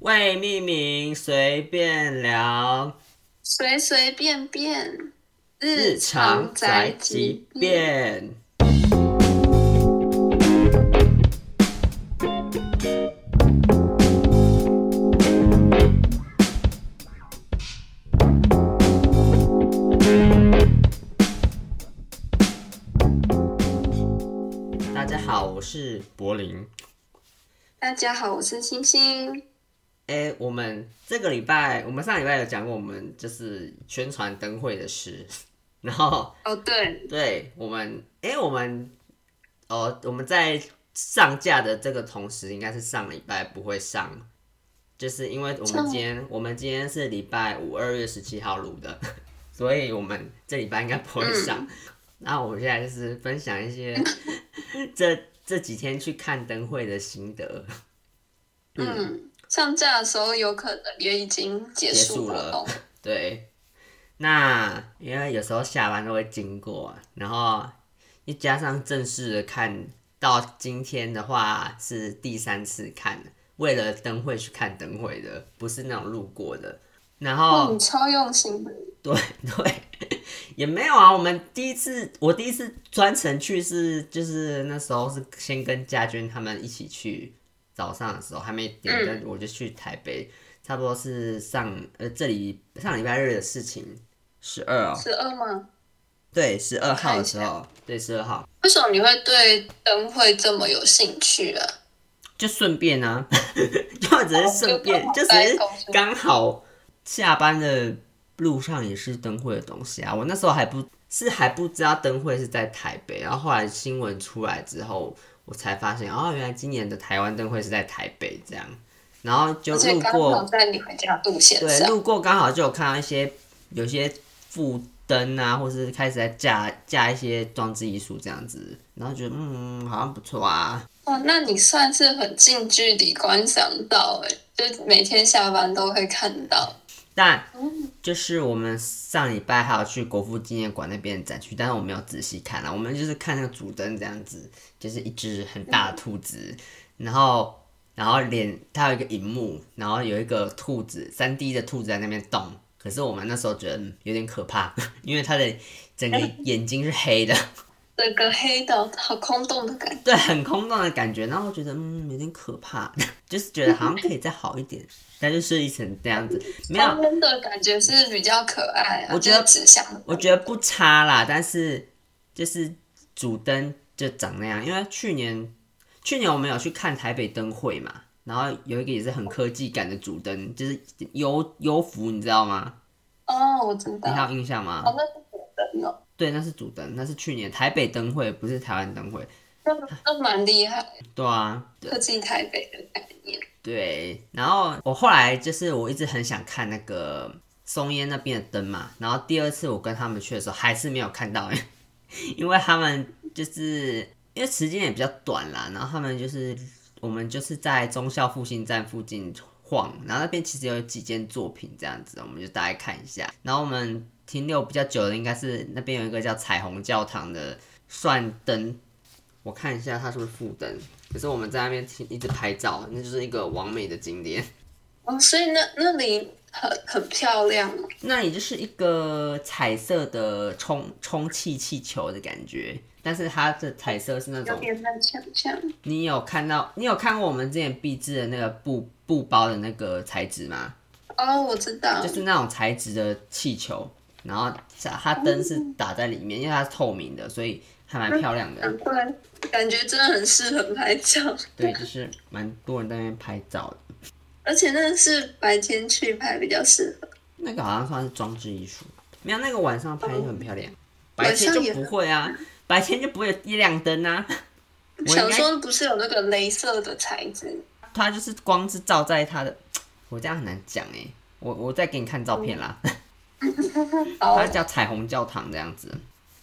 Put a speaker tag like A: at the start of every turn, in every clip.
A: 未命名随便聊，
B: 随随便便，
A: 日常宅急便。大家好，我是柏林。
B: 大家好，我是星星。
A: 哎、我们这个礼拜，我们上礼拜有讲过我们就是宣传灯会的事，然后
B: 哦，对，
A: 对我们，哎、我们哦，我们在上架的这个同时，应该是上礼拜不会上，就是因为我们
B: 上
A: 今天我们今天是礼拜五，二月十七号录的， 所以我们这礼拜应该不会上。那我现在就是分享一些 这这几天去看灯会的心得。
B: 嗯，上架的时候有可能也已经结束哦活动，
A: 对，那因为有时候下班都会经过，啊然后又加上正式的看到今天的话是第三次看，为了灯会去看灯会的，不是那种路过的。然
B: 哦，
A: 后
B: 你超用心的，
A: 对对，也没有啊。我们第一次，我第一次专程去是就是那时候是先跟家军他们一起去，早上的时候还没点
B: 嗯
A: 灯，我就去台北，差不多是上呃这里上礼拜日的事情，十二哦，
B: 十二吗？
A: 对，十二号的时
B: 看
A: 候，对，十二号
B: 为什么你会对灯会这么有兴趣啊？
A: 就顺便啊， 就只是顺便，
B: 哦
A: 就
B: 就
A: 只
B: 刚好
A: 是
B: 在公司
A: 刚好下班的路上也是灯会的东西啊。我那时候还不是还不知道灯会是在台北，然后后来新闻出来之后，我才发现哦，原来今年的台湾灯会是在台北这样，然后就
B: 而且
A: 路
B: 刚
A: 过
B: 好啊在你回家的路线
A: 对，
B: 上，
A: 路过刚好就有看到一些有些副灯啊，或是开始在架架一些装置艺术这样子，然后觉得嗯好像不错啊。
B: 哇，哦那你算是很近距离观赏到哎、就每天下班都会看到。
A: 但
B: 嗯
A: 就是我们上礼拜还有去国父纪念馆那边的展区，但是我没有仔细看啊，我们就是看那个主灯这样子，就是一只很大的兔子，然后然后脸它有一个荧幕，然后有一个兔子三 D 的兔子在那边动，可是我们那时候觉得嗯有点可怕， 因为它的整个眼睛是黑的。
B: 整个黑的好空洞的感觉，
A: 对，很空洞的感觉，然后我觉得嗯有点可怕， 就是觉得好像可以再好一点，但就是一成这样子，没
B: 他
A: 有，
B: 们的感觉是比较可爱、啊，
A: 我觉得
B: 就是指向的
A: 我觉得不差啦，但是就是主灯就长那样，因为去年去年我们有去看台北灯会嘛，然后有一个也是很科技感的主灯，就是优优服，你知道吗？
B: 哦，我知
A: 你还
B: 道，
A: 有印象
B: 哦
A: 吗？，
B: 那是我的哦，
A: 对，那是主灯，那是去年台北灯会，不是台湾灯会。
B: 那那蛮厉害，
A: 对啊，
B: 科技台北的概念，
A: 对，然后我后来就是我一直很想看那个松烟那边的灯嘛，然后第二次我跟他们去的时候还是没有看到， 因为他们就是因为时间也比较短啦，然后他们就是我们就是在忠孝复兴站附近晃，然后那边其实有几件作品这样子，我们就大概看一下，然后我们停留比较久的应该是那边有一个叫彩虹教堂的算灯，我看一下它是不是副灯。可是我们在那边停一直拍照，那就是一个完美的景点。
B: 哦，所以那那里很很漂亮哦，
A: 那也就是一个彩色的充充气气球的感觉，但是它的彩色是那
B: 有
A: 种
B: 点难想象，
A: 你有看到，你有看过我们之前壁纸的那个布布包的那个材质吗？
B: 哦，我知道
A: 就，是那种材质的气球，然后它灯是打在里面，因为它是透明的，所以还蛮
B: 嗯
A: 漂亮的。
B: 难怪，感觉真的很适合拍照，
A: 对，就是蛮多人在那边拍照的。
B: 而且那是白天去拍比较适合，
A: 那个好像算是装置艺术，没有那个晚上拍就很漂亮，白
B: 晚
A: 天就
B: 上也
A: 不会啊， 白天就不会有一亮灯啊。我应
B: 想
A: 该
B: 说不是有那个镭射的材质，
A: 它就是光是照在它的，我这样很难讲哎、我我再给你看照片啦，它
B: 哦，
A: 叫彩虹教堂这样子，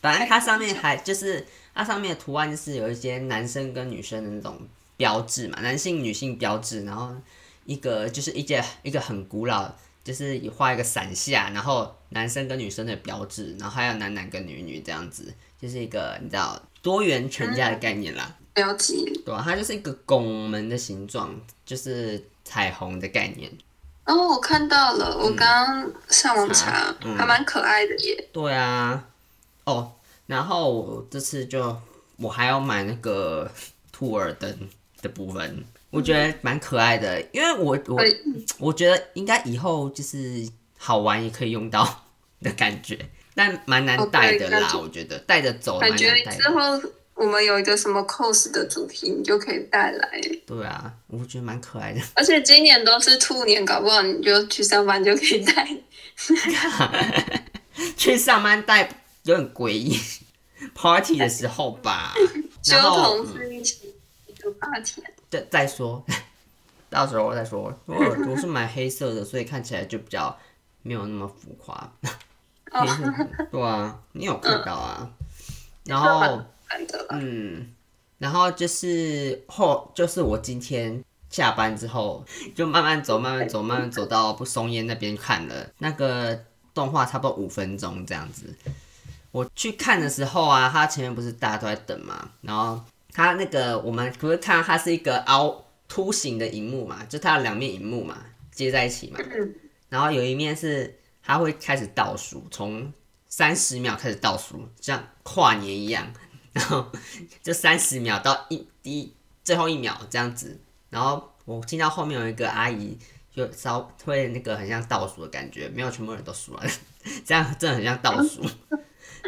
A: 反正它上面还就是它上面的图案就是有一些男生跟女生的那种标志嘛，男性女性标志，然后一个就是一件一个很古老，就是画一个伞下，然后男生跟女生的标志，然后还有男男跟女女这样子，就是一个你知道多元全家的概念啦。
B: 了解，
A: 对啊，它就是一个拱门的形状，就是彩虹的概念。
B: 然后哦我看到了，我刚上网查，
A: 嗯
B: 还蛮可爱的耶。
A: 对啊，哦，然后我这次就我还要买那个兔耳灯的部分，我觉得蛮可爱的，因为我我
B: 对
A: 我觉得应该以后就是好玩也可以用到 的感觉，但蛮难带的
B: 哦对感
A: 啦，
B: 觉
A: 我觉得带着走蛮
B: 感
A: 难
B: 觉
A: 带
B: 之
A: 的。
B: 后我们有一个什么 cos 的主题，你就可以带来。
A: 对啊，我觉得蛮可爱的。
B: 而且今年都是兔年，搞不好你就去上班就可以带。
A: 去上班带有点诡异 ，party 的时候 吧。
B: 就
A: 然后嗯
B: 同事一起一个 party，
A: 再再说， 到时候再说。我耳朵是买黑色的，所以看起来就比较没有那么浮夸。
B: 哦
A: 黑色的 对啊，你有看到啊？然
B: 那
A: 后
B: 蛮难的啦。
A: 嗯，然后就是后就是我今天下班之后就慢慢走，慢慢走，慢慢走到不松烟那边看了那个动画，差不多五分钟这样子。我去看的时候啊，他前面不是大家都在等嘛，然后他那个我们不是看到它是一个凹凸形的荧幕嘛，就它有两面荧幕嘛接在一起嘛，
B: 嗯，
A: 然后有一面是它会开始倒数，从三十秒开始倒数，像跨年一样，然后就三十秒到一第一最后一秒这样子。然后我听到后面有一个阿姨就稍会那个很像倒数的感觉，没有全部人都数完， 这样真的很像倒数。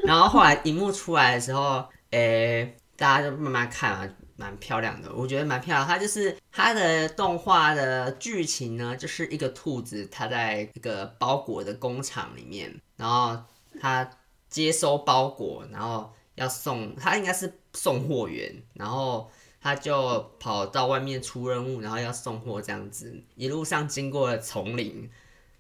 A: 然后后来荧幕出来的时候，诶、大家就慢慢看啊，蛮漂亮的，我觉得蛮漂亮。它就是它的动画的剧情呢，就是一个兔子，它在一个包裹的工厂里面，然后它接收包裹，然后要送，它应该是送货员，然后他就跑到外面出任务，然后要送货这样子，一路上经过了丛林，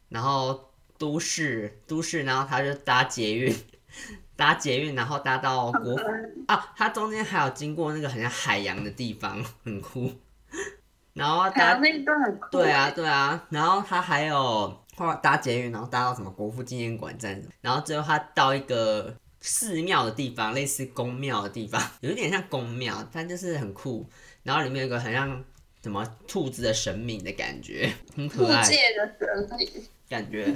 A: 然后都市，都市，然后他就搭捷运， 搭捷运，然后搭到国
B: 可爱
A: 啊，它中间还有经过那个很像海洋的地方，很酷。然后
B: 还有
A: 搭
B: 那一段很酷
A: 对啊，对啊，然后它还有后来搭捷运，然后搭到什么国父纪念馆站，然后最后它到一个寺庙的地方，类似宫庙的地方， 有一点像宫庙，但就是很酷。然后里面有个很像什么兔子的神明的感觉，很
B: 兔
A: 可爱。
B: 界的神明，
A: 感觉。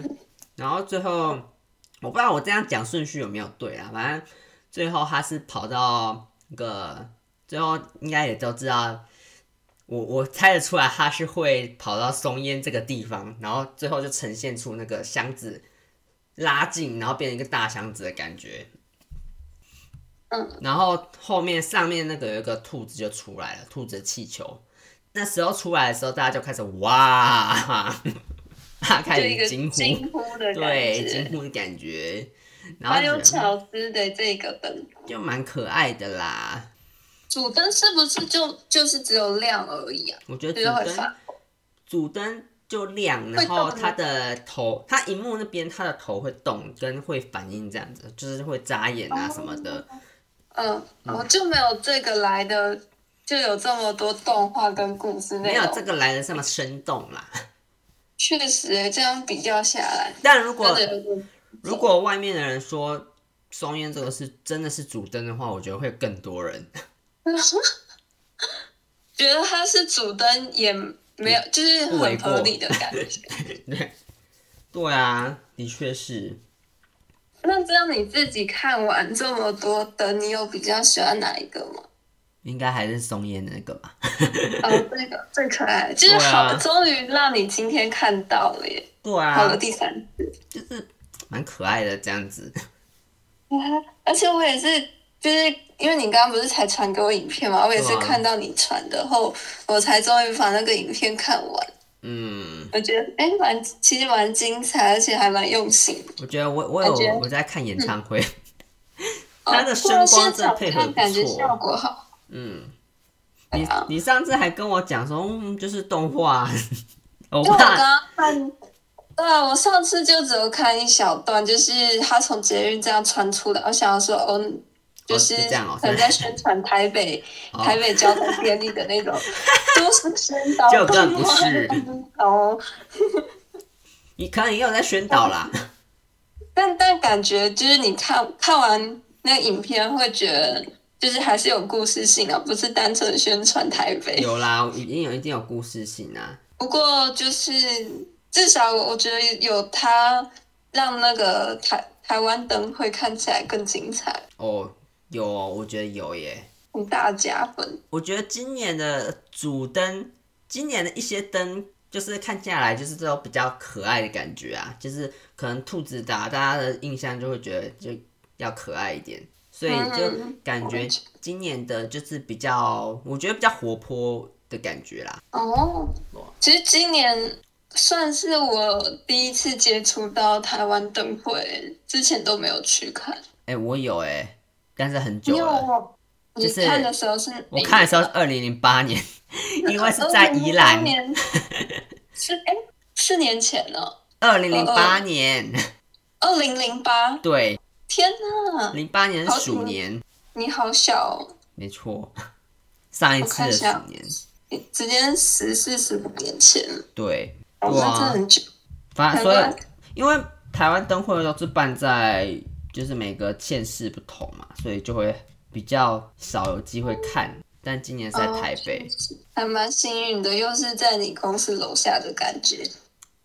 A: 然后最后，我不知道我这样讲顺序有没有对啊，反正最后他是跑到那个，最后应该也都知道，我我猜得出来他是会跑到松烟这个地方，然后最后就呈现出那个箱子拉近，然后变成一个大箱子的感觉。
B: 嗯，
A: 然后后面上面那个有一个兔子就出来了，兔子的气球。那时候出来的时候，大家就开始哇， 大家开
B: 就一个
A: 始惊呼，
B: 惊呼的感
A: 对，惊
B: 觉。
A: 呼的感觉，然后
B: 还有
A: 就觉得
B: 巧思的这个灯，
A: 就蛮可爱的啦。
B: 主灯是不是就就是只有亮而已啊？
A: 我觉得
B: 就是会
A: 主灯
B: 发
A: 主灯就亮，
B: 会
A: 然
B: 动
A: 后
B: 吗
A: 它的头，它荧幕那边它的头会动，跟会反应这样子，就是会眨眼啊什么的。
B: 嗯，我就没有这个来的，就有这么多动画跟故事内
A: 没有这
B: 容。
A: 个来的这么生动啦。
B: 确实欸，这样比较下来，
A: 但如
B: 真
A: 果
B: 的有 点
A: 如果外面的人说松烟这个是真的是主灯的话，我觉得会更多人。
B: 觉得它是主灯也没有，就是
A: 不为
B: 很
A: 过
B: 合理的感 觉。
A: 对啊，的确是。
B: 那这样你自己看完这么多灯，你有比较喜欢哪一 个吗？
A: 应该还是松烟的那个吧，
B: 哦，这个最可爱，就是
A: 对
B: 好，
A: 啊
B: 终于让你今天看到了耶！
A: 对
B: 好了，
A: 啊，
B: 第三次，
A: 蛮可爱的这样子。
B: 而且我也是，就是因为你刚刚不是才传给我影片嘛，我也是
A: 对啊
B: 看到你传的后，我才终于把那个影片看完。
A: 嗯，
B: 我觉得哎，蛮其实蛮精彩，而且还蛮用心。
A: 我觉得我我
B: 感觉
A: 有我在看演唱会，
B: 哦
A: 它的
B: 对啊
A: 声光
B: 现场
A: 真的配合
B: 看
A: 不
B: 感觉
A: 错
B: 效果好。
A: 嗯，
B: 对
A: 你
B: 啊，
A: 你上次还跟我讲说，嗯，就是动画， 我
B: 因为我刚
A: 怕
B: 刚看，对啊，我上次就只有看一小段，就是他从捷运这样穿出来，我想要说，哦，就是
A: 哦是这样哦
B: 可能在宣传台北、
A: 哦
B: 台北交通便利的那 种都市宣导，
A: 就更不是
B: 哦。
A: 你可能也有在宣导啦，
B: 但但感觉就是你看看完那个影片，会觉得就是还是有故事性啊，不是单纯宣传台北。
A: 有啦，一定有一定有故事性啊。
B: 不过就是至少我我觉得有它让那个台台湾灯会看起来更精彩，
A: 哦，有哦我觉得有耶。
B: 很大加分。
A: 我觉得今年的主灯，今年的一些灯，就是看下来就是这种比较可爱的感觉啊，就是可能兔子打大家的印象就会觉得就要可爱一点，所以就
B: 嗯
A: 感觉今年的就是比较，我觉得比较活泼的感觉啦。
B: 哦，其实今年算是我第一次接触到台湾灯会，之前都没有去看。
A: 哎、我有哎、但是很久
B: 你有
A: 了。
B: 哦？你
A: 就是
B: 看的时候是哪一年？
A: 我看的时候是二零零八 年，因为是在宜兰
B: 2008，年 是哎、四年前哦，
A: 二零零八年，哦
B: 二零零八。
A: 对，
B: 天哪，
A: 零八年是鼠年，
B: 你好小哦，
A: 没错，上一次的鼠年，
B: 你直接十四十五年前，
A: 对，
B: 哦，
A: 对
B: 那真的
A: 啊，
B: 很久。
A: 反
B: 台
A: 正所
B: 湾
A: 以因为台湾灯会都是办在就是每个县市不同嘛，所以就会比较少有机会看，但今年是
B: 哦
A: 在台北，
B: 还蛮幸运的，又是在你公司楼下的感觉，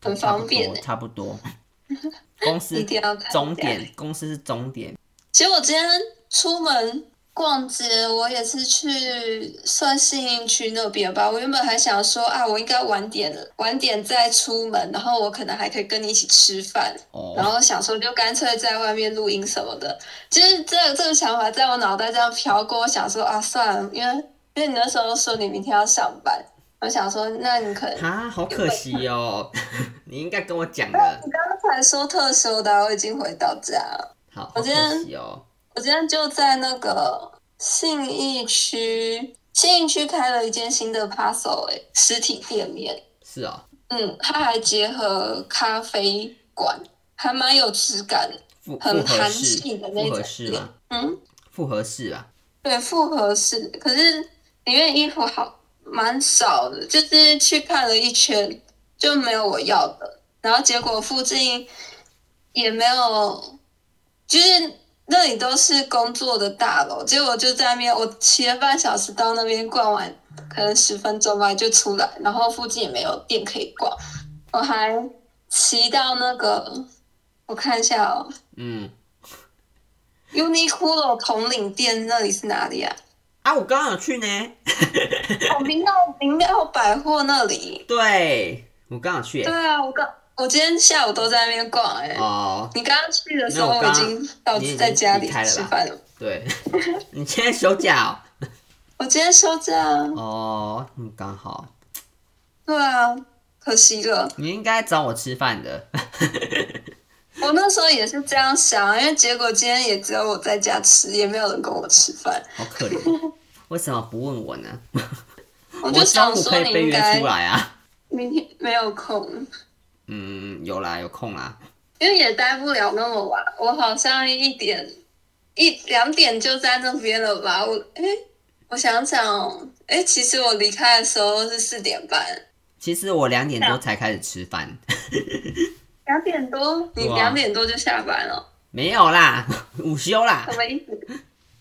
B: 很方便欸。
A: 差不多， 差不多公司
B: 一定要看
A: 终
B: 一下
A: 点，公司是终点，
B: 其实我今天出门逛街，我也是去算信义区那边吧。我原本还想说啊，我应该晚点了，晚点再出门，然后我可能还可以跟你一起吃饭。然
A: 哦，
B: 后想说就干脆在外面录音什么的，就是这这个想法在我脑袋这样飘过，我想说啊算了，因为因为你那时候说你明天要上班，我想说那你可能
A: 哈，好可惜哦， 你应该跟我讲的，
B: 你刚才说特休的啊、我已经回到家了。
A: 好，好
B: 我
A: 可
B: 今天
A: 惜哦，
B: 我今天就在那个信义区，信义区开了一间新的 Puzzle 哎、实体店面，
A: 是哦，
B: 嗯，它还结合咖啡馆，还蛮有质感的，
A: 复复
B: 很
A: 合
B: 韩
A: 式，
B: 系的那
A: 复合
B: 种
A: 式
B: 店
A: 嘛，
B: 嗯，
A: 复合式啊，
B: 对，复合式，可是里面衣服好蛮少的，就是去看了一圈就没有我要的，然后结果附近也没有，就是那里都是工作的大楼，结果就在那边我骑了半小时到那边逛完，可能十分钟吧就出来，然后附近也没有店可以逛，我还骑到那个，我看一下哦
A: 嗯，
B: ，Uniqlo 统领店那里是哪里啊？
A: 啊，我刚刚有去呢，
B: 哦，明道明道百货那里。
A: 对，我刚刚有去
B: 对
A: 耶，
B: 啊，我刚我今天下午都在那边逛哎、
A: 哦，
B: 你刚刚去的时候，
A: 没有我
B: 我已
A: 刚刚
B: 经到
A: 你已经
B: 在家里
A: 离开了吧
B: 吃饭了。
A: 对， 你今天休假
B: 我今天休假啊，
A: 哦，哦，嗯，刚好，
B: 对啊，可惜了。
A: 你应该找我吃饭的，
B: 我那时候也是这样想，啊因为结果今天也只有我在家吃，也没有人跟我吃饭。
A: 好可怜，为什么不问我呢？
B: 我就
A: 我
B: 想
A: 中午
B: 说，
A: 可
B: 你
A: 以被
B: 应
A: 约
B: 该
A: 出来啊，
B: 明天没有空，
A: 嗯，有啦，有空啦，
B: 因为也待不了那么晚。我好像一点一两点就在那边了吧？我哎、我想想哦，哎、其实我离开的时候是四点半。
A: 其实我两
B: 啊
A: 点多才开始吃饭，
B: 两点多，你
A: 哇
B: 两点多就下班了，
A: 没有啦， 午休啦
B: 什，么意思？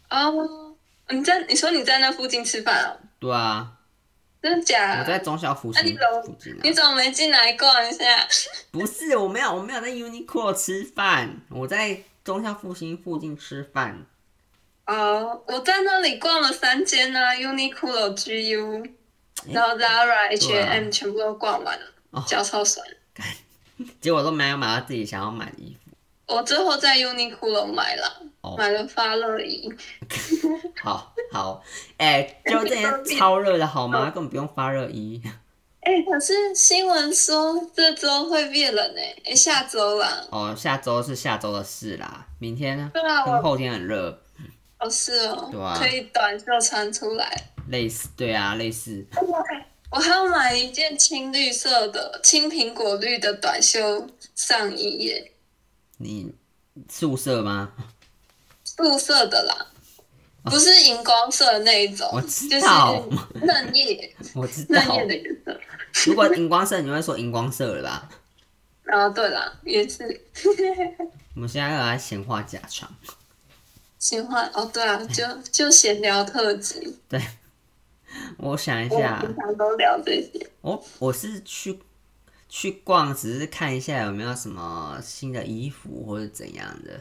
B: 哦，你在你说你在那附近吃饭哦？
A: 对啊，
B: 真的假
A: 我在中小复兴
B: 啊你怎么
A: 附近啊
B: 你，怎么没进来逛一下？
A: 不是，我没有，我没有在 Uniqlo 吃饭，我在中校复兴附近吃饭。
B: 哦，我在那里逛了三间呢、啊、，Uniqlo、GU，然后 Zara、
A: 对啊
B: H&M 全部都逛完
A: 哦
B: 了，脚超酸。
A: 结果都没有买到自己想要买的衣服。
B: 我最后在 Uniqlo 买了
A: 哦，
B: 买了发热衣，
A: 好好，哎、就这些超热的好吗？根本不用发热衣。
B: 哎，可是新闻说这周会变冷哎、哎，下周啦。
A: 哦，下周是下周的事啦，明天
B: 对啊，
A: 跟
B: 我
A: 后天很热，
B: 哦是哦，
A: 对啊
B: 可以短袖穿出来。
A: 类似对啊，类似
B: 我还要买一件青绿色的、青苹果绿的短袖上衣耶，
A: 你宿舍吗？
B: 素色的啦，不是荧光色的那一种
A: 哦我，知
B: 就是
A: 道
B: 嫩叶、
A: 我知道，
B: 嫩叶的颜色。
A: 如果荧光色，你会说荧光色了吧？
B: 然后对啦，也是
A: 我们现在又来闲话家常，
B: 喜欢哦，对啊，就就闲聊特辑。
A: 对，我想一
B: 我
A: 下，
B: 平常都聊这些。
A: 我我是去去逛，只是看一下有没有什么新的衣服或者怎样的。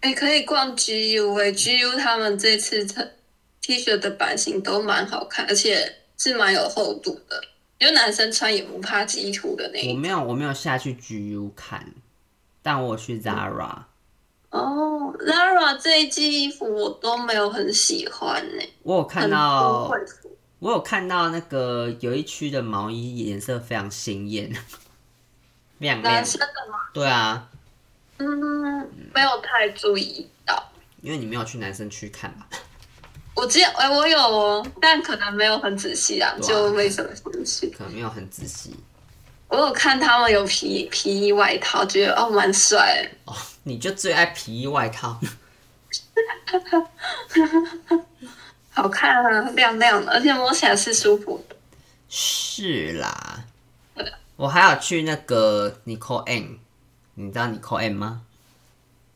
B: 哎，可以逛 GU 哎、g u 他们这次的 T 恤的版型都蛮好看，而且是蛮有厚度的，就男生穿也不怕激突的那
A: 我
B: 一
A: 没有我没有下去 GU 看，但我有
B: 嗯
A: 去 Zara，
B: 哦，Lara 这一季衣服我都没有很喜欢呢、
A: 我有看
B: 很
A: 到
B: 多会出
A: 我有看到那个有一区的毛衣颜色非常鲜艳，亮亮
B: 男。生的吗？
A: 对啊，
B: 嗯，没有太注意到。
A: 因为你没有去男生区看吧？
B: 我记得，哎、我有哦，但可能没有很仔细啊，
A: 对啊
B: 就没什么兴趣。
A: 可能没有很仔细
B: 我有看他们有皮皮衣外套，觉得哦蛮帅的。
A: 哦。你就最爱皮衣外套，
B: 好看啊，亮亮的，而且摸起来是舒服的。
A: 是啦。我还有去那个 Nicole M，你知道 Nicole M 吗？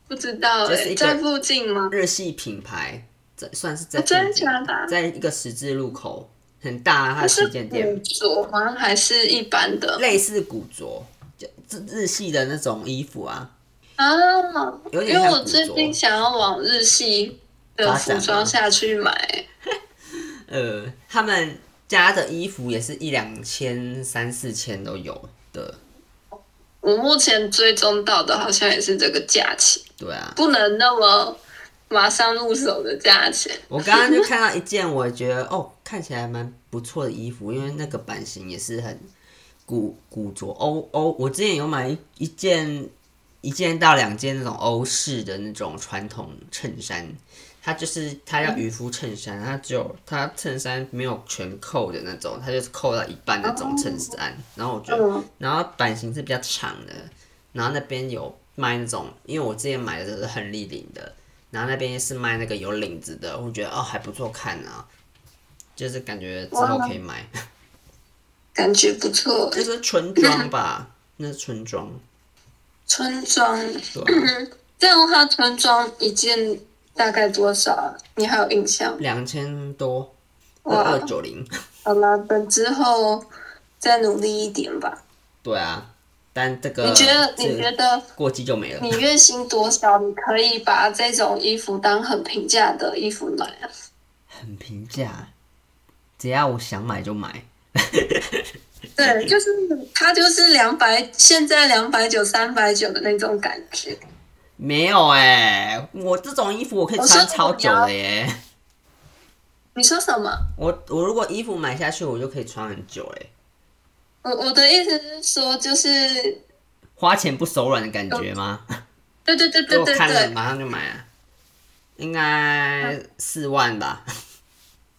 B: 不知道、
A: 就是一个
B: 欸、在附近吗？
A: 日系品牌，这算是在
B: 我哦真
A: 附近
B: 假的啊
A: 在一个十字路口，很大啊它的
B: 是
A: 旗舰店，
B: 古着吗？还是一般的
A: 类似古着，就这日系的那种衣服啊。
B: 啊？
A: 有点
B: 因为
A: 像
B: 我
A: 古
B: 最
A: 着
B: 近想要往日系的
A: 发展吗
B: 服装下去买，
A: 呃，他们家的衣服也是一两千、三四千都有的。
B: 我目前追踪到的好像也是这个价钱，
A: 对啊，
B: 不能那么马上入手的价钱。
A: 我刚刚就看到一件，我觉得哦，看起来蛮不错的衣服，因为那个版型也是很古古着欧欧。我之前有买一一件一件到两件那种欧式的那种传统衬衫，它就是它叫渔夫衬衫，它只有它衬衫没有全扣的那种，它就是扣到一半那种衬衫。然后我觉得
B: 嗯，
A: 然后版型是比较长的，然后那边有卖那种，因为我之前买的是很立领的，然后那边是卖那个有领子的，我觉得哦还不错看啊，就是感觉之后可以买，
B: 嗯感觉不错，
A: 就是春装吧，那是春装，
B: 春装。
A: 对、 啊，
B: 这样的话，春装一件大概多少啊？你还有印象吗？
A: 两千多，二
B: 哇
A: 二九零，
B: 好啦，等之后再努力一点吧。
A: 对啊，但这个
B: 你觉得？
A: 这
B: 你觉得
A: 过季就没了
B: 你，月薪多少？你可以把这种衣服当很平价的衣服买啊。
A: 很平价，只要我想买就买，
B: 对，就是它就是两百，现在两百九、三百九的那种感觉。
A: 没有哎、我这种衣服我可以
B: 我
A: 穿
B: 说
A: 超
B: 你
A: 久
B: 要
A: 的耶。
B: 你说什么？
A: 我我如果衣服买下去，我就可以穿很久哎、
B: 我我的意思是说，就是
A: 花钱不手软的感觉吗？
B: 对对哦对
A: 如
B: 对
A: 果
B: 对
A: 看了
B: 对，
A: 马上就买啊，应该四万吧，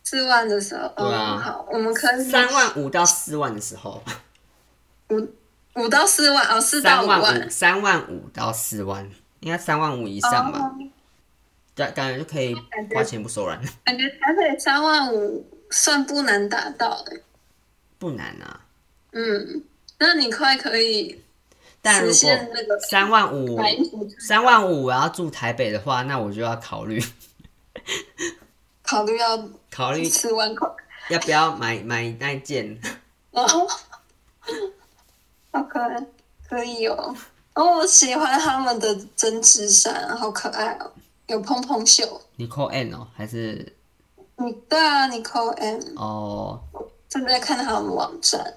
B: 四万的时候，
A: 对啊
B: 嗯，好，我们可以
A: 三万五到四万的时候，
B: 五到四万哦，四到
A: 三
B: 五
A: 万五，三万五到四万，应该三万五以上吧，
B: 哦
A: 感感觉就可以
B: 感觉
A: 花钱不手软，
B: 感觉台北三万五算不难达到的。
A: 不难啊。
B: 嗯，那你快可以
A: 但如
B: 实
A: 果
B: 现那个
A: 三万五，
B: 买衣服，
A: 三万五我要住台北的话，那我就要考虑
B: 考虑要
A: 考虑
B: 四万块。
A: 要不要买买那一件。
B: 哦，好可爱，可以哦。哦，我喜欢他们的针织衫，好可爱哦，有蓬蓬袖。
A: 你扣 N 哦，还是
B: 你对啊，你扣 M，
A: 哦？
B: 正在看他们网站。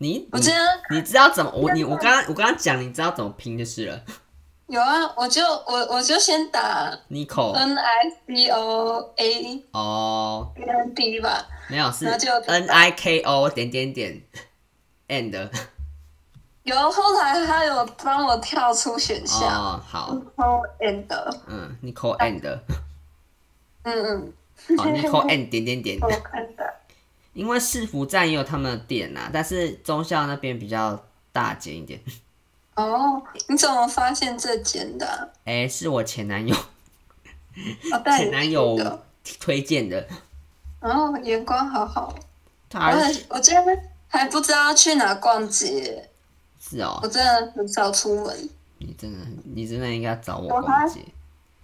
A: 你
B: 我
A: 你
B: 今天
A: 你知道怎么我你我刚刚我刚刚讲你知道怎么拼就是了
B: 有啊，我就我我就先
A: 哦
B: 打
A: ，Nico
B: N I C O A
A: 哦，
B: N D 吧。
A: 没有是
B: 然后就
A: N I K O 点点点 and
B: 有，后来他有帮我跳出选项，
A: 哦好，
B: 哦，and，
A: 嗯，Nico and 哦
B: 嗯嗯，
A: Nico and 点点点，
B: 我看到，
A: 因为市服站也有他们的店呐、啊，但是中校那边比较大间一点。
B: 哦，你怎么发现这间的啊？
A: 哎、是我前男友
B: 哦，带
A: 前
B: 你
A: 男
B: 去
A: 友
B: 的，
A: 推荐的，
B: 哦，眼光好好，我
A: 他
B: 很，我今天还不知道去哪逛街，
A: 是哦
B: 我，真的很少出门，
A: 你真的很你真的应该找我
B: 我
A: 逛
B: 还
A: 街。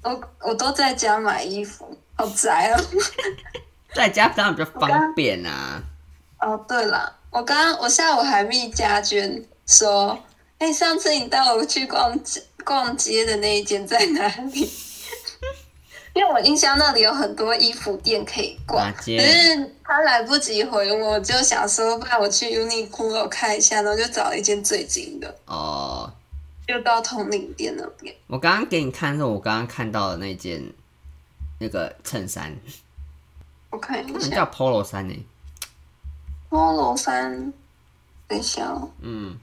B: 我我都在家买衣服，好宅哦，
A: 在家当然比较方便啊。
B: 哦，对了，我刚刚我下午还密家娟说，哎、上次你带我去逛街逛街的那一间在哪里？ 因为我印象那里有很多衣服店可以逛，
A: 哪
B: 可
A: 间
B: 是他来不及回我，我就想说，不然我去 Uniqlo 看一下，然后就找了一件最近的，
A: 哦，
B: 就到统领店那边。
A: 我刚刚给你看的是我刚刚看到的那件那个衬衫，
B: 我看一
A: 那
B: 下
A: 叫 polo 衫呢、
B: ，Polo 衫，等一下哦，
A: 嗯，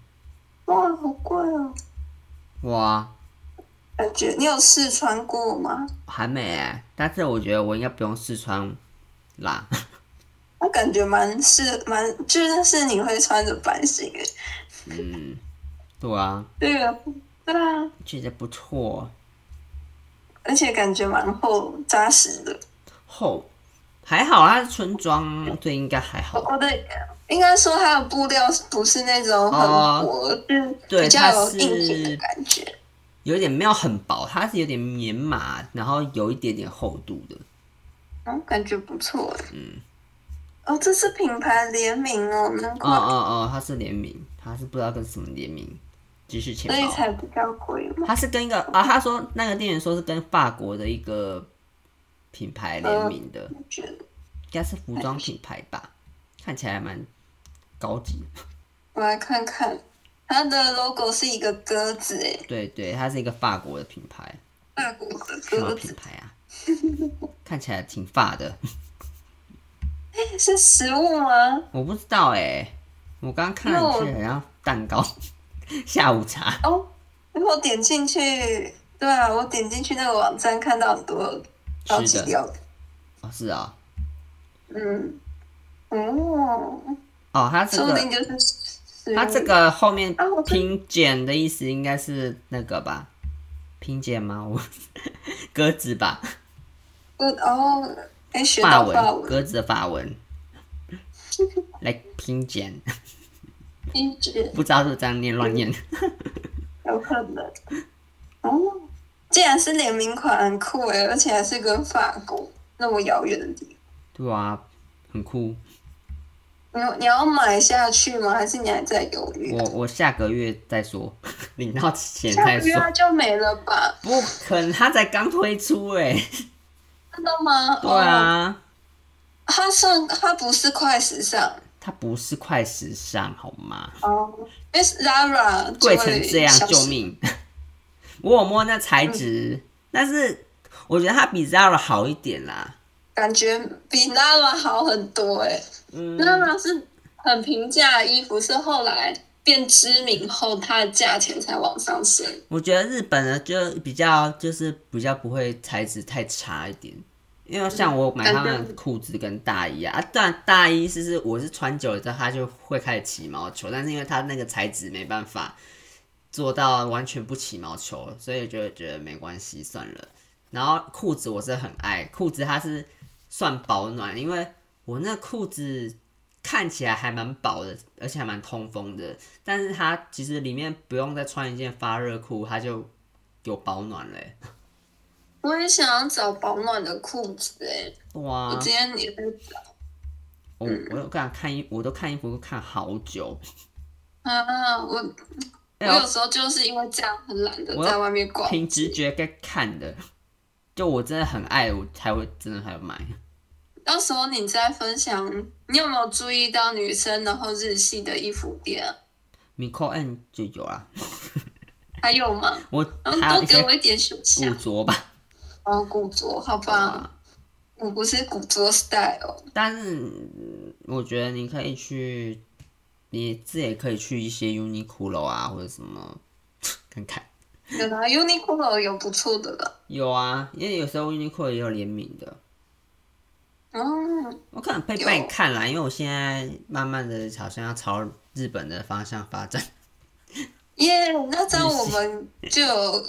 B: 哇，好贵哦！
A: 哇，
B: 感觉你有试穿过吗？
A: 还美哎、但是我觉得我应该不用试穿啦。
B: 我感觉蛮是蛮，就是是你会穿着版型诶，
A: 嗯，对啊，
B: 这个对啊，
A: 觉得不错，
B: 而且感觉蛮厚扎实的。
A: 厚还好啦，春装这应该还
B: 我
A: 好。
B: 我的哦应该说它的布料不是那种很
A: 哦
B: 薄，就是
A: 对
B: 比较
A: 它
B: 有
A: 是
B: 硬挺的感觉。
A: 有点没有很薄，它是有点棉麻，然后有一点点厚度的。
B: 嗯，感觉不错诶。
A: 嗯，
B: 哦，这是品牌联名哦，难
A: 哦
B: 怪，
A: 哦哦，它是联名，它是不知道跟什么联名，继续钱
B: 所以
A: 包。
B: 才比较贵嘛。
A: 它是跟一个啊，他说那个店员说是跟法国的一个品牌联名的，
B: 我觉得
A: 应该是服装品牌吧，看起来蛮高级。
B: 我来看看，它的 logo 是一个鸽子诶，
A: 对对，它是一个法国的品牌，
B: 法国的
A: 什么
B: 鸽
A: 品
B: 子，
A: 牌啊？看起来挺法的，
B: 是食物吗？
A: 我不知道哎、我刚刚看了一圈，然后蛋糕、 下午茶。
B: 哦，如果点进去，对啊，我点进去那个网站看到很多高级料理，
A: 哦，是啊、
B: 嗯，哦，
A: 哦，它这
B: 说不定
A: 个
B: 就是食物
A: 它这个后面
B: 啊我
A: 拼剪的意思应该是那个吧？拼剪吗？我 鸽子吧，
B: 嗯哦，哎，学
A: 法
B: 到法
A: 文，
B: 文，
A: 鸽子的法文，来拼剪，
B: 一直
A: 不知道是不是这样念乱念。
B: 有可能，哦，既然是联名款，很酷哎，而且还是跟法国那么遥远的地
A: 对啊，很酷。
B: 方，你你要买下去吗？还是你还在犹豫
A: 我？我下个月再说，领到钱
B: 下
A: 再
B: 个月啊它
A: 说。
B: 就没了吧？
A: 不可能，它才刚推出哎、
B: 真的吗？
A: 对
B: 哦，
A: 啊。
B: 它算它不是快时尚，
A: 它不是快时尚好吗？
B: 哦，因为 Zara
A: 贵成这样，
B: 就会
A: 救命！我有摸那材质，
B: 嗯
A: 但是我觉得它比 Zara 好一点啦。
B: 感觉比 Zara 好很多哎、
A: 嗯，
B: Zara 是很平价的衣服，是后来变知名后，它的价钱才往上升。
A: 我觉得日本的就比较就是比较不会材质太差一点，因为像我买他们的裤子跟大衣啊，啊当然大衣是是我是穿久了之后它就会开始起毛球，但是因为它那个材质没办法做到完全不起毛球，所以就觉得没关系算了。然后裤子我是很爱，裤子它是算保暖，因为我那裤子看起来还蛮薄的，而且还蛮通风的。但是它其实里面不用再穿一件发热裤，它就有保暖了欸、
B: 我也想要找保暖的裤子哎、
A: 哇！
B: 我今天也在找
A: 我我有看看衣，我都看衣服看好久。
B: 啊，我我
A: 哎呦
B: 有时候就是因为这样很懒得
A: 我
B: 在外面逛，
A: 凭直觉该看的，就我真的很爱，我才会真的才会买。
B: 到时候你再分享，你有没有注意到女生然后日系的衣服店啊、
A: Miko N 就有啊，
B: 还有吗？
A: 我
B: 然
A: 还
B: 后
A: 有一
B: 多给
A: 些
B: 我一点选
A: 古
B: 项。
A: 着吧，
B: 哦，古着，好吧，
A: 啊
B: 我不是古着 style。
A: 但是嗯我觉得你可以去，你自己也可以去一些 Uniqlo 啊或者什么看看。
B: 有啦，Uniqlo 有不错的了。
A: 有啊，因为有时候 Uniqlo 也有联名的。哦
B: 嗯，
A: 我可能被
B: 有
A: 被你看啦，因为我现在慢慢的好像要朝日本的方向发 展。
B: 耶、那这样我们就有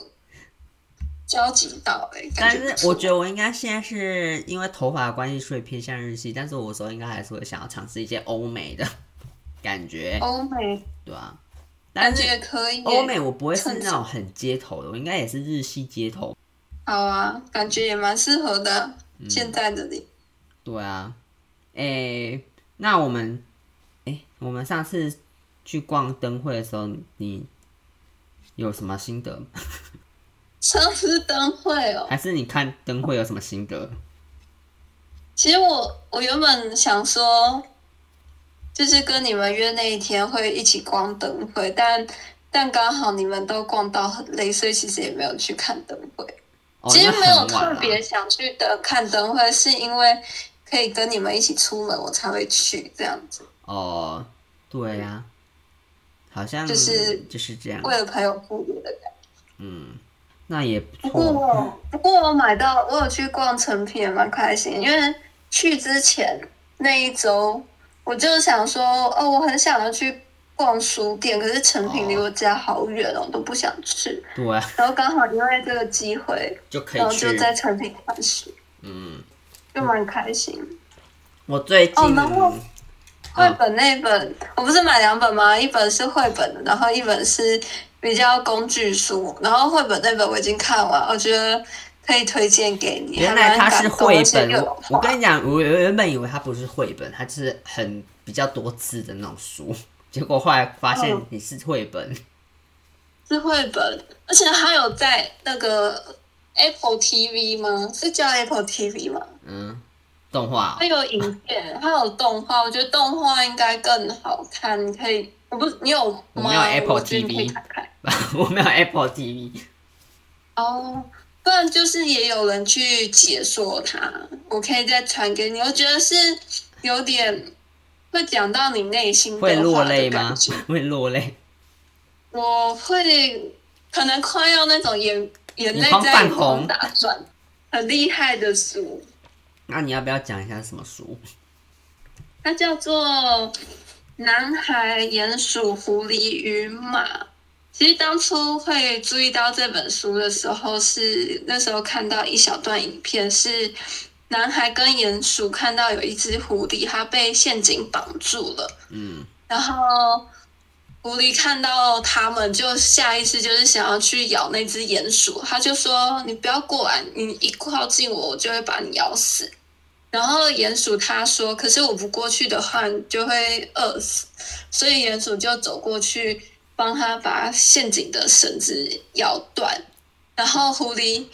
B: 交集到哎、感
A: 但
B: 觉不
A: 是
B: 错
A: 我觉得我应该现在是因为头发的关系，所以偏向日系。但是我有时候应该还是会想要尝试一些欧美的 感觉，
B: 欧美
A: 对啊。
B: 感
A: 但
B: 觉
A: 是
B: 也可以耶、
A: 欧美我不会是
B: 衬
A: 那种很街头的，我应该也是日系街头。嗯
B: 好啊，感觉也蛮适合的、现在的你。
A: 对啊，诶、那我们，诶、我们上次去逛灯会的时候，你有什么心得吗？
B: 上次灯会哦，
A: 还是你看灯会有什么心得？
B: 其实我我原本想说，就是跟你们约那一天会一起逛灯会，但但刚好你们都逛到很累，所以其实也没有去看灯会。
A: 哦，
B: 其实
A: 那
B: 没有
A: 很晚啊
B: 特
A: 了
B: 别想去的看灯会，是因为可以跟你们一起出门，我才会去这样子，
A: 哦，对呀、好像
B: 就是
A: 就是这样，
B: 为了朋友顾虑的感觉。
A: 嗯，那也不
B: 不过
A: 错，嗯
B: 我不过我买到，我有去逛成品，也蛮开心，因为去之前那一周，我就想说，哦，我很想要去逛书店，可是成品离我家好远哦，都不想去。
A: 对、啊，
B: 然后刚好因为这个机会，
A: 就可
B: 然后
A: 以
B: 嗯就
A: 去，
B: 在成品看书，
A: 嗯，
B: 就蛮开心。
A: 我最近、
B: 哦然后绘
A: 嗯
B: 本那本，我不是买两本吗？一本是绘本的，然后一本是比较工具书。然后绘本那本我已经看完，我觉得可以推荐给你。
A: 原来它是绘本，我我
B: 跟
A: 跟你讲，我我原本以为它不是绘本，它就是很比较多字的那种书，结果后来发现
B: 嗯
A: 你是绘本，
B: 是绘本，而且它有在那个 Apple TV 吗？是叫 Apple TV 吗？
A: 嗯，动画
B: 它有影片，它有动画，我觉得动画应该更好看。你可以，我不，你有吗？
A: 我没有 Apple
B: 我觉得你可以
A: TV
B: 看看
A: 哦、我没有 Apple TV，
B: 哦，不然就是也有人去解说它，我可以再传给你。我觉得是有点会讲到你内心的
A: 会落
B: 话的
A: 泪吗
B: 感觉？
A: 会落泪，
B: 我会可能快要那种眼眼泪
A: 眼眶
B: 在
A: 泛
B: 眼眶
A: 红
B: 打转，很厉害的书，
A: 那你要不要讲一下什么书？
B: 它叫做《男孩、鼹鼠、狐狸与马》。其实当初会注意到这本书的时候是，那时候看到一小段影片，是男孩跟鼹鼠看到有一只狐狸，它被陷阱绑住了。
A: 嗯，
B: 然后狐狸看到他们，就下意识就是想要去咬那只鼹鼠，他就说：“你不要过来，你一靠近我，我就会把你咬死。”然后鼹鼠他说：“可是我不过去的话，你就会饿死。”所以鼹鼠就走过去帮他把陷阱的绳子咬断，然后狐狸。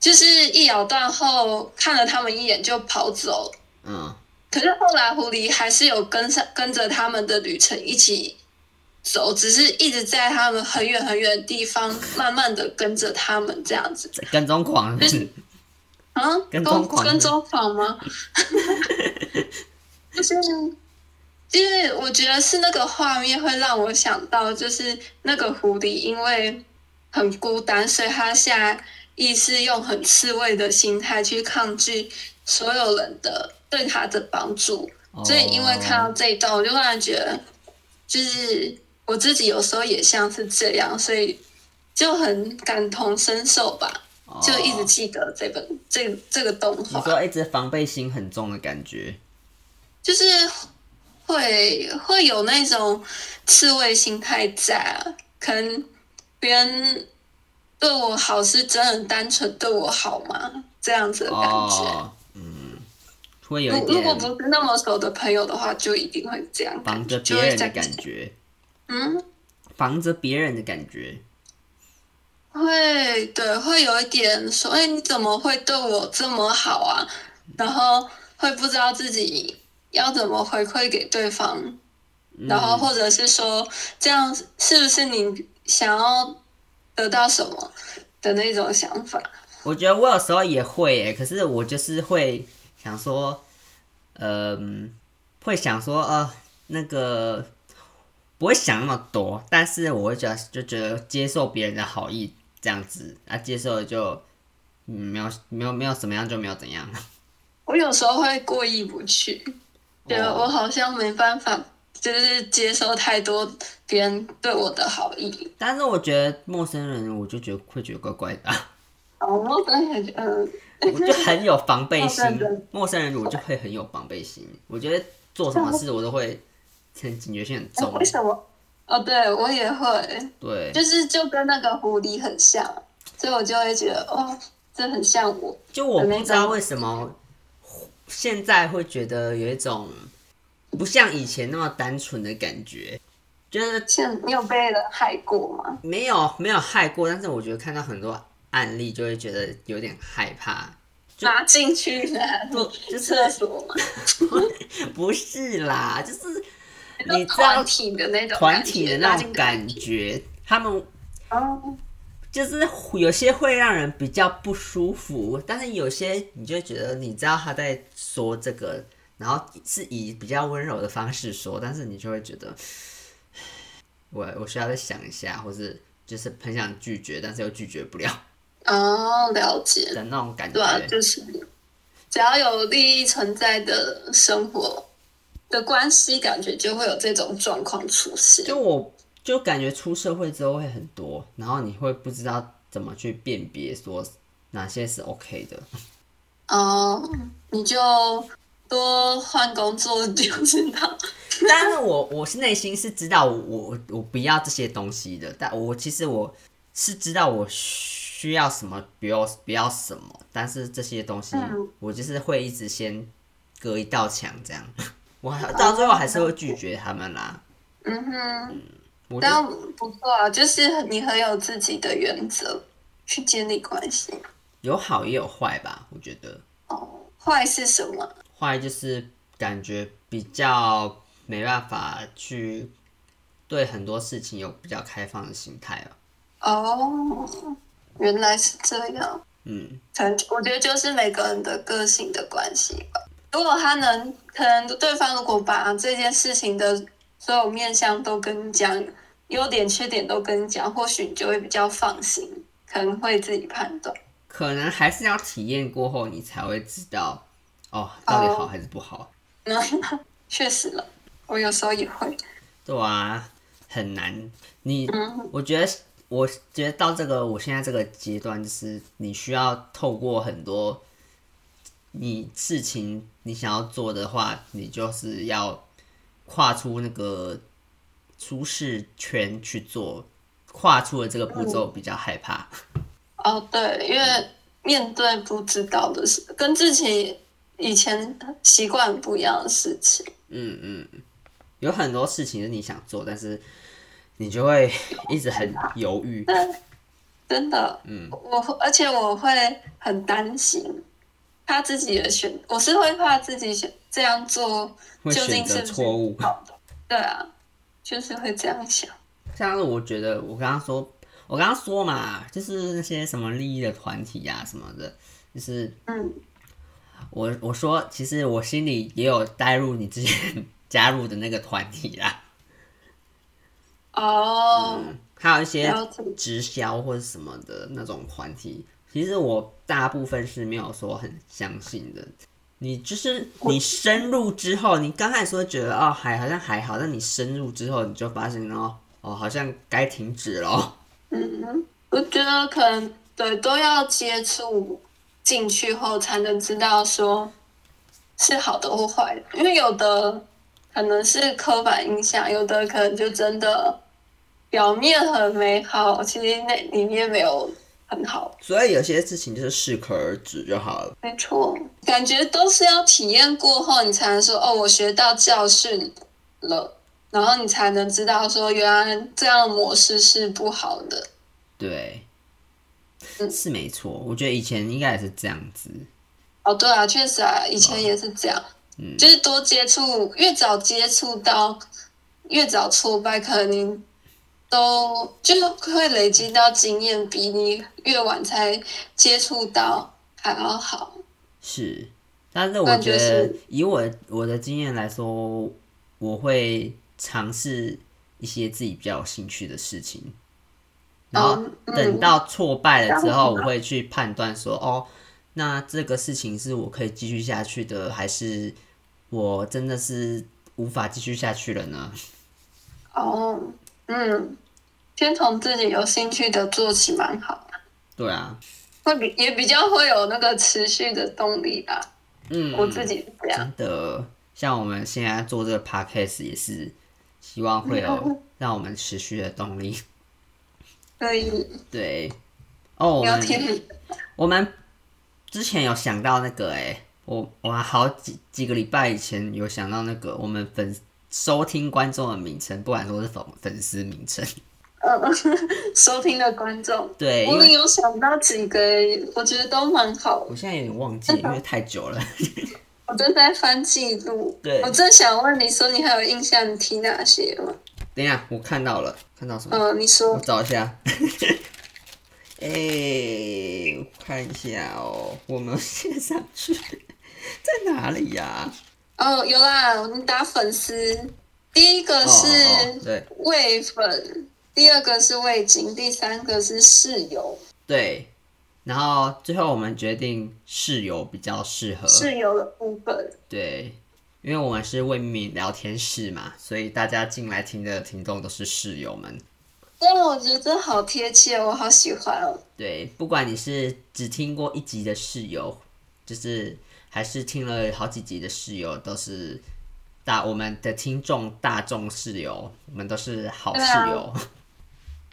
B: 就是一咬断后，看了他们一眼就跑走了
A: 嗯，
B: 可是后来狐狸还是有跟上跟着他们的旅程一起走，只是一直在他们很远很远的地方，慢慢的跟着他们这样子。
A: 跟踪狂人，
B: 就是啊，
A: 跟踪狂
B: 跟踪 狂吗？就是，就是我觉得是那个画面会让我想到，就是那个狐狸因为很孤单，所以它下意识用很刺猬的心态去抗拒所有人的对它的帮助。所以因为看到
A: 哦
B: 这一段，我就突然觉得，就是我自己有时候也像是这样，所以就很感同身受吧，就一直
A: 哦
B: 记得这本这这个动
A: 你
B: 画，
A: 说一直防备心很重的感觉，
B: 就是会会有那种刺猬心态在、啊，可能别人对我好是真的单纯对我好吗？这样子的感觉。
A: 哦，嗯，会有一
B: 如如果
A: 点
B: 不是那么熟的朋友的话，就一定会这样
A: 防
B: 感
A: 着
B: 觉，就
A: 别
B: 会
A: 人
B: 这
A: 的
B: 样
A: 感觉，
B: 嗯。
A: 防着别人的感觉，
B: 会，对，会有一点说，哎，你怎么会对我这么好啊？然后会不知道自己要怎么回馈给对方，
A: 嗯
B: 然后或者是说，这样是不是你想要得到什么的那种想法？
A: 我觉得我有时候也会耶，可是我就是会想说，嗯、会想说，呃，那个不会想那么多，但是我会觉得就觉得接受别人的好意这样子，啊，接受了就、嗯没有没有没有怎么样就没有怎样，
B: 我有时候会过意不去，觉得
A: 哦
B: 我好像没办法，就是接受太多别人对我的好意。
A: 但是我觉得陌生人我就觉得会觉得怪怪的、啊
B: 哦，我真的很，嗯，
A: 我就很有防备心
B: 陌生人，
A: 陌生人我就会很有防备心。我觉得做什么事我都会很警觉性很重
B: 哎为，什么？哦，对，我也会。
A: 对，
B: 就是就跟那个狐狸很像，所以我就会觉得哦，这很像我。
A: 就我不知道为什么现在会觉得有一种不像以前那么单纯的感觉，就是
B: 现你有被人害过吗？
A: 没有没有害过，但是我觉得看到很多案例就会觉得有点害怕，就
B: 拿进去的，
A: 不就是
B: 厕所嘛，
A: 不是啦，就是你
B: 就
A: 知道
B: 团体的那种
A: 团体的那种
B: 感
A: 感
B: 觉，
A: 觉，他们
B: 拉进团体哦，
A: 就是有些会让人比较不舒服，但是有些你就觉得你知道他在说这个，然后是以比较温柔的方式说，但是你就会觉得，唉 我我需要再想一下，或是就是很想拒绝，但是又拒绝不了
B: 哦，了解，
A: 的那种感觉
B: 对。啊，就是只要有利益存在的生活的关系，感觉就会有这种状况出现。
A: 就我就感觉出社会之后会很多，然后你会不知道怎么去辨别说哪些是 OK 的，
B: 哦，你就多换工作就知道。
A: 但是我我是内心是知道我我我不要这些东西的，但我其实我是知道我需要什么，不要不要什么，但是这些东西
B: 嗯
A: 我就是会一直先隔一道墙这样， 我还到最后还是会拒绝他们啦。
B: 嗯哼，
A: 我就
B: 但不错啊，就是你很有自己的原则去建立关系。
A: 有好也有坏吧，我觉得
B: 哦，坏是什么？
A: 坏就是感觉比较没办法去对很多事情有比较开放的心态哦。
B: 哦，原来是这样。
A: 嗯，
B: 可能我觉得就是每个人的个性的关系吧。如果他能，可能对方如果把这件事情的所有面向都跟你讲，优点缺点都跟你讲，或许你就会比较放心，可能会自己判断。
A: 可能还是要体验过后，你才会知道哦，到底好还是不好。
B: 嗯，确实了，我有时候也会。
A: 对啊，很难。你，
B: 嗯
A: 我觉得，我觉得到这个我现在这个阶段，就是你需要透过很多你事情你想要做的话，你就是要跨出那个舒适圈去做。跨出了这个步骤比较害怕，
B: 哦，对，因为面对不知道的事，跟自己以前习惯不一样的事情，
A: 嗯嗯，嗯有很多事情是你想做，但是你就会一直很犹 豫。
B: 真的，嗯，我会而且我会很担心，怕自己的选，我是会怕自己选这样做
A: 会
B: 究
A: 选
B: 竟
A: 择
B: 是不是
A: 错误。
B: 好的，对啊，就是会这样想，
A: 像是我觉得我刚刚说，我刚刚说嘛，就是那些什么利益的团体呀、什么的，就是
B: 嗯，
A: 我我说，其实我心里也有带入你之前 加入的那个团体啦，
B: 哦，
A: 还有一些
B: 了解
A: 直销或者什么的那种团体，其实我大部分是没有说很相信的。你就是你深入之后，你刚开始会觉得哦还好像还好，但你深入之后，你就发现哦哦好像该停止了 哦。
B: 嗯，我觉得可能对都要接触进去后才能知道说是好的或坏的，因为有的可能是刻板印象，有的可能就真的表面很美好，其实那里面没有很好。
A: 所以有些事情就是适可而止就好了。
B: 没错，感觉都是要体验过后，你才能说哦，我学到教训了，然后你才能知道说原来这样的模式是不好的。
A: 对，
B: 嗯
A: 是没错。我觉得以前应该也是这样子。
B: 哦，对啊，确实啊，以前也是这样，
A: 哦嗯
B: 就是多接触，越早接触到，越早挫败，可能你都就是会累积到经验，比你越晚才接触到还要好。
A: 是，但是我
B: 感
A: 觉得
B: 觉是
A: 以我我的经验来说，我会尝试一些自己比较有兴趣的事情，然后
B: 嗯嗯
A: 等到挫败了之
B: 然后
A: 后，我会去判断说，哦，那这个事情是我可以继续下去的，还是我真的是无法继续下去了呢？
B: 哦，嗯，先从自己有兴趣的做起，蛮好，
A: 对啊，
B: 会比也比较会有那个持续的动力吧。
A: 嗯，
B: 我自己是这样，
A: 真的，像我们现在做这个 podcast 也是，希望会
B: 嗯
A: 有让我们持续的动力。
B: 所以
A: 对，哦，我
B: 聊
A: 们
B: 天
A: 我们之前有想到那个哎、我我好几几个礼拜以前有想到那个我们粉收听观众的名称，不管说是粉粉丝名称，
B: 嗯，收听的观众，
A: 对，因
B: 我也
A: 为
B: 有想到几个，我觉得都蛮好的
A: 我现在有点忘记，因为太久了。
B: 我正在翻记录，
A: 对
B: 我正想问你说你还有印象，你提哪些吗？
A: 等一下，我看到了，看到什么？
B: 嗯，你
A: 我
B: 说，
A: 找一下。 哎、我看一下哦，我们线上去 在哪里呀、
B: 哦，有啦，你打粉丝，第一个
A: 哦
B: 是
A: 哦哦对
B: 魏粉，第二个是魏景，第三个是室友，
A: 对，然后最后我们决定室友比较适合，
B: 室友的部分，
A: 对，因为我们是未命聊天室嘛，所以大家进来听的听众都是室友们。
B: 但我觉得这好贴切，我好喜欢哦。
A: 对，不管你是只听过一集的室友，就是还是听了好几集的室友，都是大我们的听众大众室友，我们都是好
B: 对
A: 室
B: 啊
A: 友。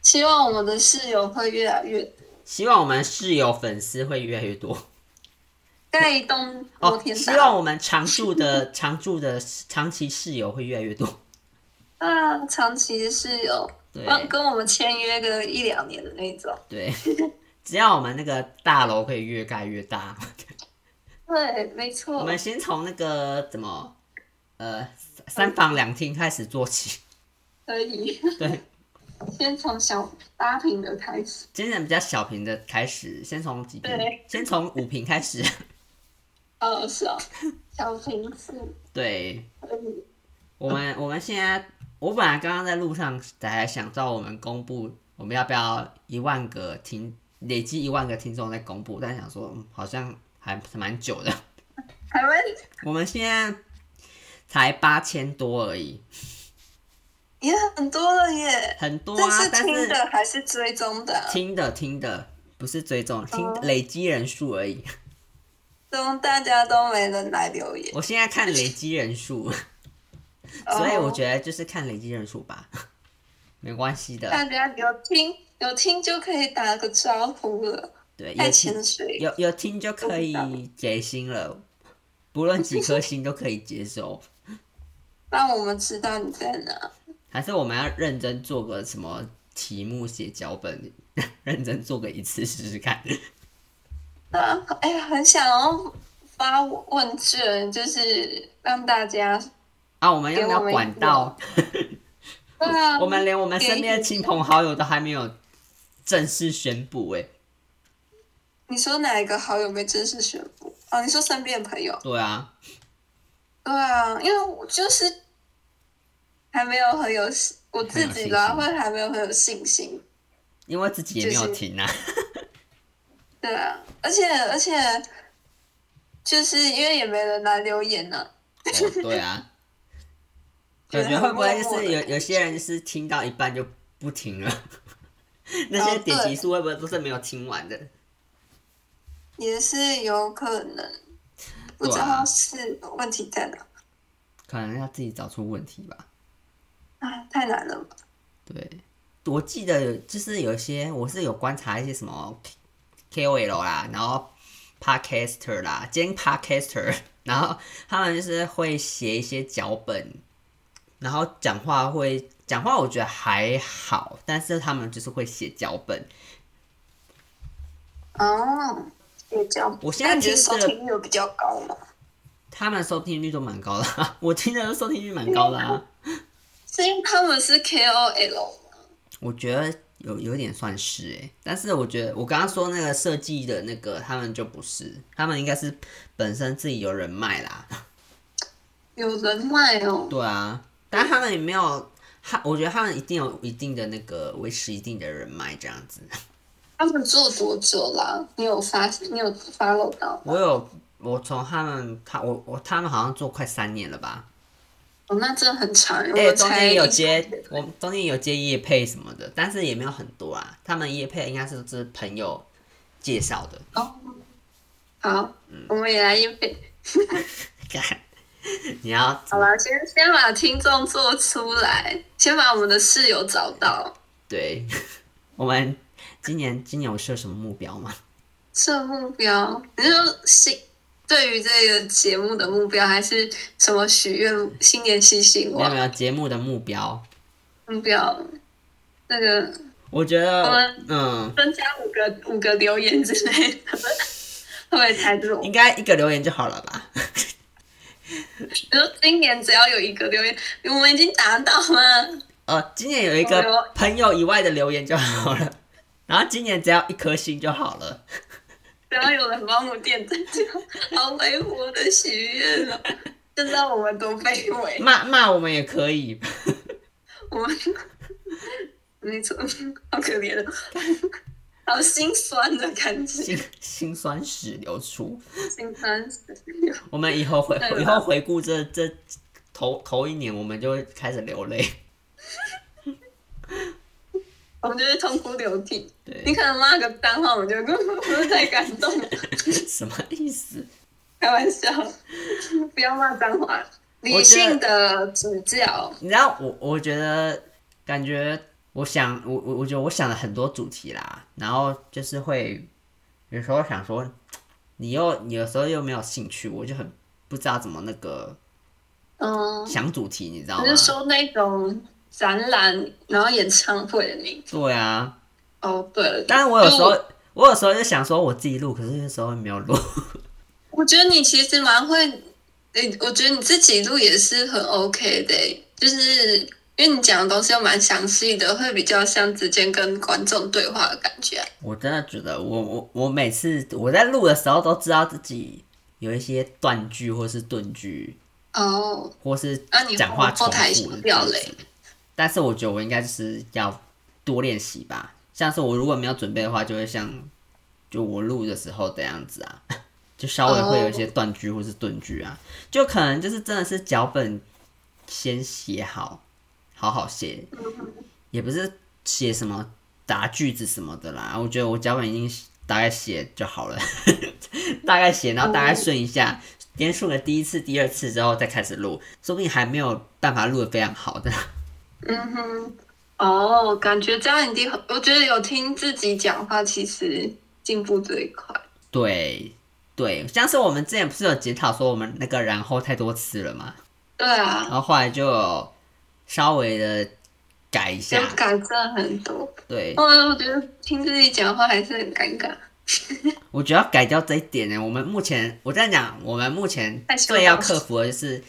B: 希望我们的室友会越来越
A: 希望我们室友粉丝会越来越多
B: 盖一栋摩
A: 哦，
B: 天
A: 希
B: 大
A: 望我们常住的常住的长期室友会越来越多。
B: 楼啊，长期室友，
A: 对
B: 要跟我们签约个一两年的那种。
A: 对， 只要我们那个大楼可以越盖越大，
B: 对，没
A: 我
B: 错
A: 们。先从那个怎么呃三三房两厅开始做起。
B: 可以。
A: 对，
B: 先从小八平的开始。
A: 今天比较小瓶的开始，先从几瓶
B: 对？
A: 先从五瓶开始。
B: 哦，是哦，小平是
A: 对
B: 可以。
A: 我们，我们现在，我本来刚刚在路上才想到我们公布我们要不要一万个听，累积一万个听众再公布，但想说、嗯、好像还蛮久的。
B: 台湾
A: 我们现在才八千多而已，
B: 也很多了耶。
A: 很多
B: 这
A: 啊，
B: 是
A: 但
B: 听
A: 是
B: 的还是追踪的啊？
A: 听的听的不是追踪，听
B: 哦
A: 累积人数而已。
B: 中大家都没人来留言，
A: 我现在看累积人数。
B: 哦
A: 所以我觉得就是看累积人数吧， 没关系
B: 得
A: 的。
B: 大家有听有听就可以打个招呼了，
A: 对，有
B: 太
A: 听
B: 潜水了。
A: 有有听就可以结星了，不论几颗星都可以接收。
B: 让我们知道你在哪。
A: 还是我们要认真做个什么题目写脚本， 认真做个一次试试看。
B: 那哎呀，很想要发问卷，就是让大家
A: 啊，我们用
B: 给我
A: 到
B: 们
A: 管道，
B: 对啊，
A: 我们连我们身边的亲朋好友都还没有正式宣布哎、
B: 你说哪一个好友没正式宣布？哦，你说身边的朋友？
A: 对啊，
B: 对啊，因为我就是还没有很有信我自己啦，
A: 很有信
B: 会还没有很有信心。
A: 因为自己也没有
B: 就是
A: 听啊。
B: 对啊，而且而且就是因为也没人来留言呢、
A: 哦，对啊，
B: 觉
A: 感
B: 得
A: 觉会不会就是
B: 很默默
A: 有
B: 地
A: 有些人就是听到一半就不听了？ 那些
B: 哦
A: 点
B: 对
A: 击数会不会都是没有听完的？
B: 也是有可能，不知
A: 对啊
B: 道是问题在哪。
A: 可能要自己找出问题吧。
B: 啊，太难了吧？
A: 对，我记得有就是有些我是有观察一些什么 K O L 啦，然后 Podcaster 啦，兼 Podcaster，然 后他们就是会写一些脚本，然后讲话会讲话，我觉得还好，但是他们就是会写脚本，
B: 哦，也这样。
A: 我现在
B: 那你觉得
A: 听
B: 收
A: 着
B: 听率有比较高吗？他
A: 他们收听率都蛮高的、 啊，我听的收听率蛮高的、啊，
B: 是因为他们是 KOL 吗？
A: 我觉得有有点算是哎、但是我觉得我刚刚说那个设计的那个，他们就不是，他们应该是本身自己有人脉啦，
B: 有人脉哦。
A: 对啊，但他们也没有，他我觉得他们一定有一定的那个维持一定的人脉这样子，
B: 他们做多久啦？你有发你有 follow 到吗？
A: 我有我从他们他我我他们好像做快三年了吧，
B: 哦，那真的很长。我
A: 哎、中
B: 才
A: 间有
B: 一
A: 接我中间有接叶配什么的，但是也没有很多啊，他们叶配应该是这朋友介绍的。
B: 哦。好，
A: 嗯
B: 我们也来一杯。
A: 干，你要
B: 好啦，先先把听众做出来，先把我们的室友找到。
A: 对， 我们今年今年有设什么目标吗？
B: 设目标，你就新对于这个节目的目标还是什么许愿新年新希
A: 没有
B: 望
A: 没有节目的目标，
B: 目标？那个
A: 我觉
B: 我
A: 得
B: 们，
A: 嗯，
B: 增加五个五个留言之类的，会不会太弱？
A: 应该一个留言就好了吧？
B: 比如说今年只要有一个留言，我们已经达到了。
A: 呃，今年有一
B: 朋友
A: 个朋友以外的留言就好了， 然后今年只要一颗星就好了。
B: 只要有人帮我点赞，就好卑微的许愿了，就知道我们多卑微。
A: 骂骂我们也可以，
B: 我们 没错，好可怜的，好心酸的感觉
A: 心，心酸史流出。
B: 心酸死了。
A: 我们以后回
B: 对吧
A: 以后回顾这这头头一年，我们就会开始流泪。
B: 我们就会痛哭流涕。 你
A: 对，
B: 可能骂个脏话，我们就 太感动了。
A: 什么意思？
B: 开玩笑， 不要骂脏话，理
A: 我觉得
B: 性的指教。
A: 你知道我，我觉得感觉，我想，我我我觉得我想了很多主题啦，然后就是会有时候想说，你又你有时候又没有兴趣，我就很不知道怎么那个
B: 嗯，
A: 想主题，你知道
B: 你
A: 吗？
B: 是说那种展览，然后演唱会的那
A: 对啊，
B: 哦，对了，
A: 但是我有时
B: 因为
A: 候我有时候就想说我自己录，可是有时候没有录。
B: 我，我觉得你其实蛮会，诶，我觉得你自己录也是很 OK 的诶，就是因为你讲的东西又蛮详细的，会比较像直接跟观众对话的感觉啊。
A: 我真的觉得我，我我每次我在录的时候都知道自己有一些断句或是顿句，
B: 哦，
A: 或是
B: 那你
A: 讲话
B: 后
A: 重
B: 后
A: 复
B: 台小
A: 的
B: 掉
A: 句
B: 嘞
A: 子。但是我觉得我应该就是要多练习吧。像是我如果没有准备的话，就会像就我录的时候这样子啊， 就稍微会有一
B: 哦
A: 些断句或是顿句啊，就可能就是真的是脚本先写好，好好写，也不是写什么打句子什么的啦。我觉得我脚本已经大概写就好了， 大概写，然后大概顺一下，连顺了第一次、第二次之后再开始录，说不定还没有办法录的非常好的。
B: 嗯哼，哦，感觉这样你第，我觉得有听自己讲话，其实进步最快。
A: 对对，像是我们之前不是有检讨说我们那个然后太多次了嘛，
B: 对
A: 然
B: 啊，
A: 后后来就有稍微的改一
B: 就
A: 下，
B: 改正很多。
A: 对，
B: 哦，我觉得听自己讲话还是很尴尬。
A: 我觉得要改掉这一点呢。我们目前我在讲，我们目前
B: 太羞
A: 最要
B: 了
A: 克服的就是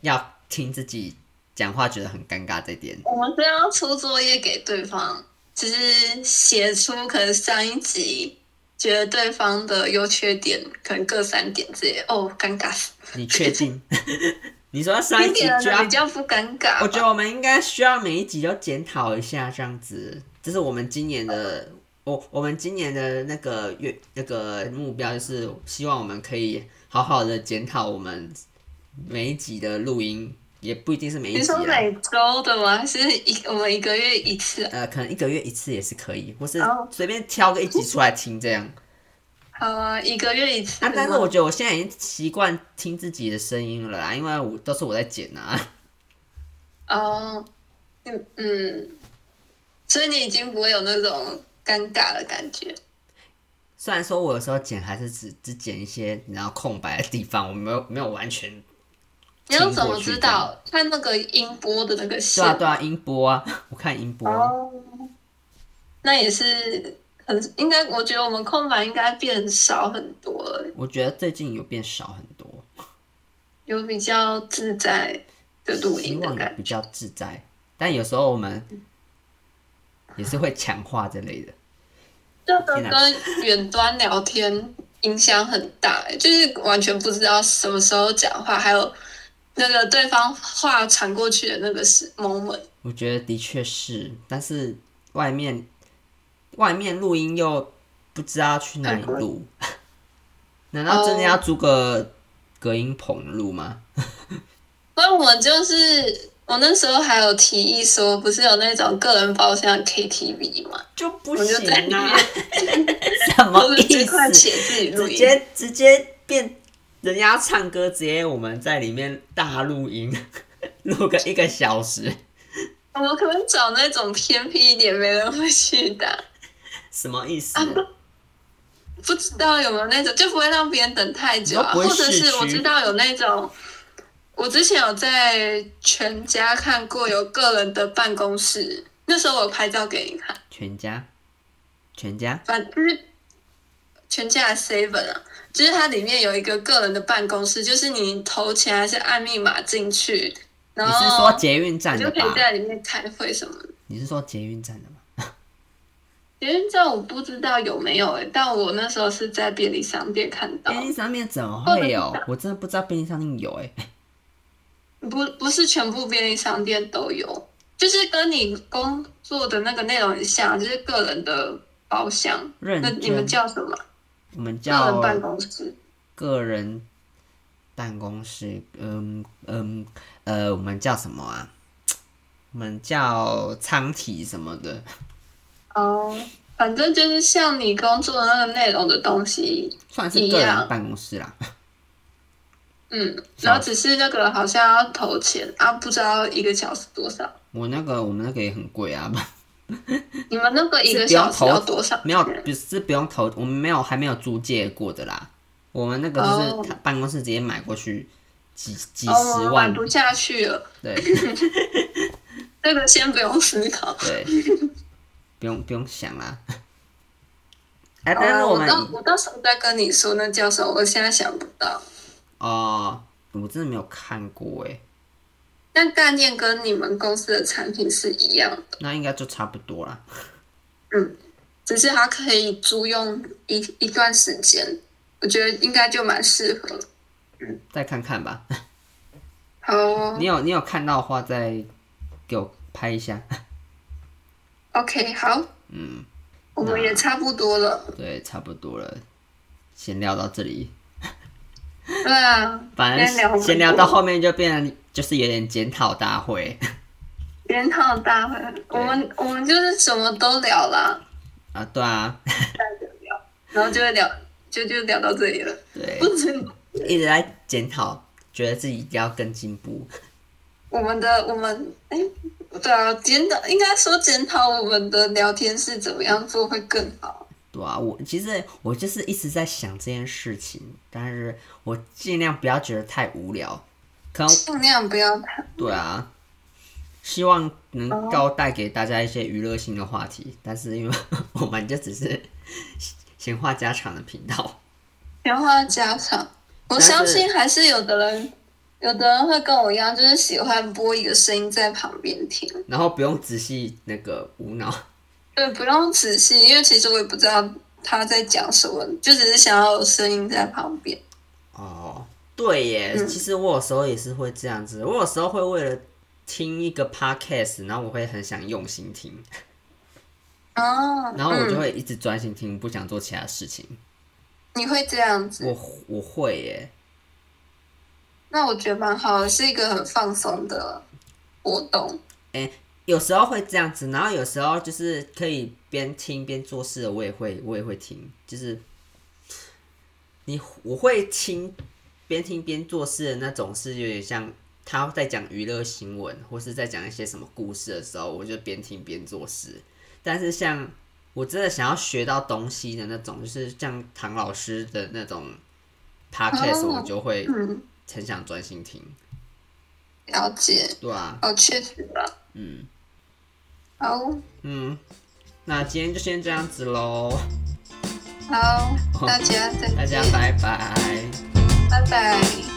A: 要听自己讲话觉得很尴尬这一 点。
B: 我们是要出作业给对方，就是写出可能上一集觉得对方的优缺点，可能各三点之类。哦，尴尬死。
A: 你确定？ 你说上一
B: 听
A: 集
B: 别人
A: 就
B: 的
A: 要
B: 比较不尴尬吧。
A: 我觉得我们应该需要每一集都检讨一下，这样子，这是我们今年的，我我们今年的那个月那个目标，就是希望我们可以好好的检讨我们每一集的录音，也不一定是每一
B: 你
A: 集
B: 说
A: 啊，
B: 每周的吗？还是一我们一个月一次啊？
A: 呃，可能一个月一次也是可以，或是
B: 哦
A: 随便挑个一集出来听这 样。
B: 好啊，一个月一次
A: 啊
B: 吗。，
A: 但是我觉得我现在已经习惯听自己的声音了啦，因为我都是我在剪啊。
B: 哦，嗯嗯，所以你已经不会有那种尴尬的感觉。
A: 虽然说我有时候剪还是只只剪一些你知道空白的地方，我没有没有完全
B: 你要怎么知道看那个音波的那个
A: 对
B: 线？
A: 啊对啊音波啊， 我看音波、
B: 哦，那也是很应该，我觉得我们空白应该变少很多了，
A: 我觉得最近有变少很多，
B: 有比较自在的录
A: 希
B: 音的
A: 望也
B: 感嗯
A: 比较自在，但有时候我们也是会强化之类的。
B: 觉，这个跟远端聊天影响很大、欸就是完全不知道什么时候讲话，还有那个对方话传过去的那个时 moment。
A: 我觉得的确是，但是外面外面录音又不知道去哪里录， 难道真的要租个隔音棚录吗？
B: 所以我就是我那时候还有提议说，不是有那种个人包厢 KTV 嘛，
A: 就不
B: 我就
A: 行
B: 在里
A: 啊
B: 面！
A: 什
B: 我
A: 么
B: 们
A: 意
B: 最快
A: 思？
B: 且自己录
A: 直
B: 音，
A: 接直接变人家唱歌，直接我们在里面大录音， 录个一个小时，
B: 我们可能找那种偏僻一点没人会去的，
A: 啊什么意思？
B: 不知道有没有那种，就不会让别人等太久啊，
A: 你
B: 或
A: 说不会市
B: 者是
A: 区
B: 我知道有那种，我之前有在全家看过有个人的办公室，那时候我拍照给你看，
A: 全家，全家，
B: 反就是全家的 seven 啊，就是它里面有一个个人的办公室，就是你投钱还是按密码进去，然
A: 你是说
B: 后
A: 捷运站
B: 你就
A: 的
B: 可以
A: 吧？
B: 在里面开会什么的。
A: 你是说捷运站的吗？
B: 捷运站我不知道有没有诶、但我那时候是在便利商店看到，
A: 便利商店怎么会有？我真的不知道便利商店有 哎、
B: 不不是全部便利商店都有，就是跟你工作的那个内容很像，就是个人的包厢。
A: 认
B: 那
A: 真，
B: 你们叫什么？
A: 我们
B: 个人
A: 叫
B: 办公室。
A: 个人办公室，嗯嗯呃，我们叫什么啊？我们叫仓体什么的，
B: 哦，反正就是像你工作的那个内容的东西，
A: 算是
B: 一
A: 个
B: 样
A: 人办公室啦。
B: 嗯，
A: 是啊
B: 然后只是那个好像要投钱啊，不知道一个小时多少。
A: 我那个我们那个也很贵啊，
B: 你们那个一个
A: 是不用
B: 小时
A: 投
B: 要多少？
A: 没有，不是不用投，我们没有还没有租借过的啦。我们那个
B: 哦
A: 就是他办公室直接买过去几几
B: 哦，
A: 十
B: 我买
A: 万，
B: 不下去了，
A: 对
B: 这个先不用思
A: 啊
B: 考。
A: 对，不用不用想啦。哎、
B: 哦
A: 但是我
B: 我
A: 们
B: 到我到时候再跟你说那叫什么，我现在想不到。
A: 哦，我真的没有看过哎，
B: 但概念跟你们公司的产品是一样的，
A: 那应该就差不多啦。
B: 只是它可以租用一一段时间，我觉得应该就蛮适合。
A: 再看看吧。
B: 嗯好哦
A: 你有你有看到的话，再给我拍一下。
B: ，OK，好，
A: 嗯，
B: 我们也差不多了。
A: 对，差不多了，先聊到这里。
B: 对啊，
A: 反
B: 先聊
A: 正
B: 很
A: 先聊到
B: 多
A: 后面就变成就是有点检讨大会
B: 研讨大会，我们我们就是什么都聊啦，
A: 啊，对啊，
B: 然后就会聊，就就聊到这里了。
A: 对
B: 不，止
A: 一直在检讨，觉得自己一定要更进步。
B: 我们的我们哎。对啊，检讨应该说检讨我们的聊天是怎么样做会更好。
A: 对啊，我其实我就是一直在想这件事情，但是我尽量不要觉得太无聊。可能
B: 尽量不要太
A: 对啊，希望能
B: 哦
A: 够带给大家一些娱乐性的话题，但是因为 我们就只是闲话家常的频道，
B: 闲话家常，我
A: 但是
B: 相信还是有的人，有的人会跟我一样，就是喜欢播一个声音在旁边听，
A: 然后不用仔细那个无脑。
B: 对，不用仔细，因为其实我也不知道他在讲什么，就只是想要有声音在旁边。
A: 哦，对耶，
B: 嗯
A: 其实我有时候也是会这样子，我有时候会为了听一个 podcast，然后我会很想用心听，
B: 哦，
A: 然后我就
B: 嗯、
A: 会一直专心听，不想做其他事情。
B: 你会这样子，
A: 我我会耶，
B: 那我觉得蛮好的，是一个很放松的活动。
A: 有时候会这样子，然后有时候就是可以边听边做事的，我也会我也会听，就是你我会听边听边做事的那种，是有点像他在讲娱乐新闻或是在讲一些什么故事的时候，我就边听边做事。但是像我真的想要学到东西的那种，就是像唐老师的那种 podcast，、
B: 哦
A: 我就会
B: 嗯，
A: 很想专心听，
B: 了解，
A: 对啊，
B: 哦，确实吧。
A: 嗯。
B: 好，
A: 嗯，那今天就先这样子喽，
B: 好，大家再见，
A: 大家拜拜。
B: 拜拜。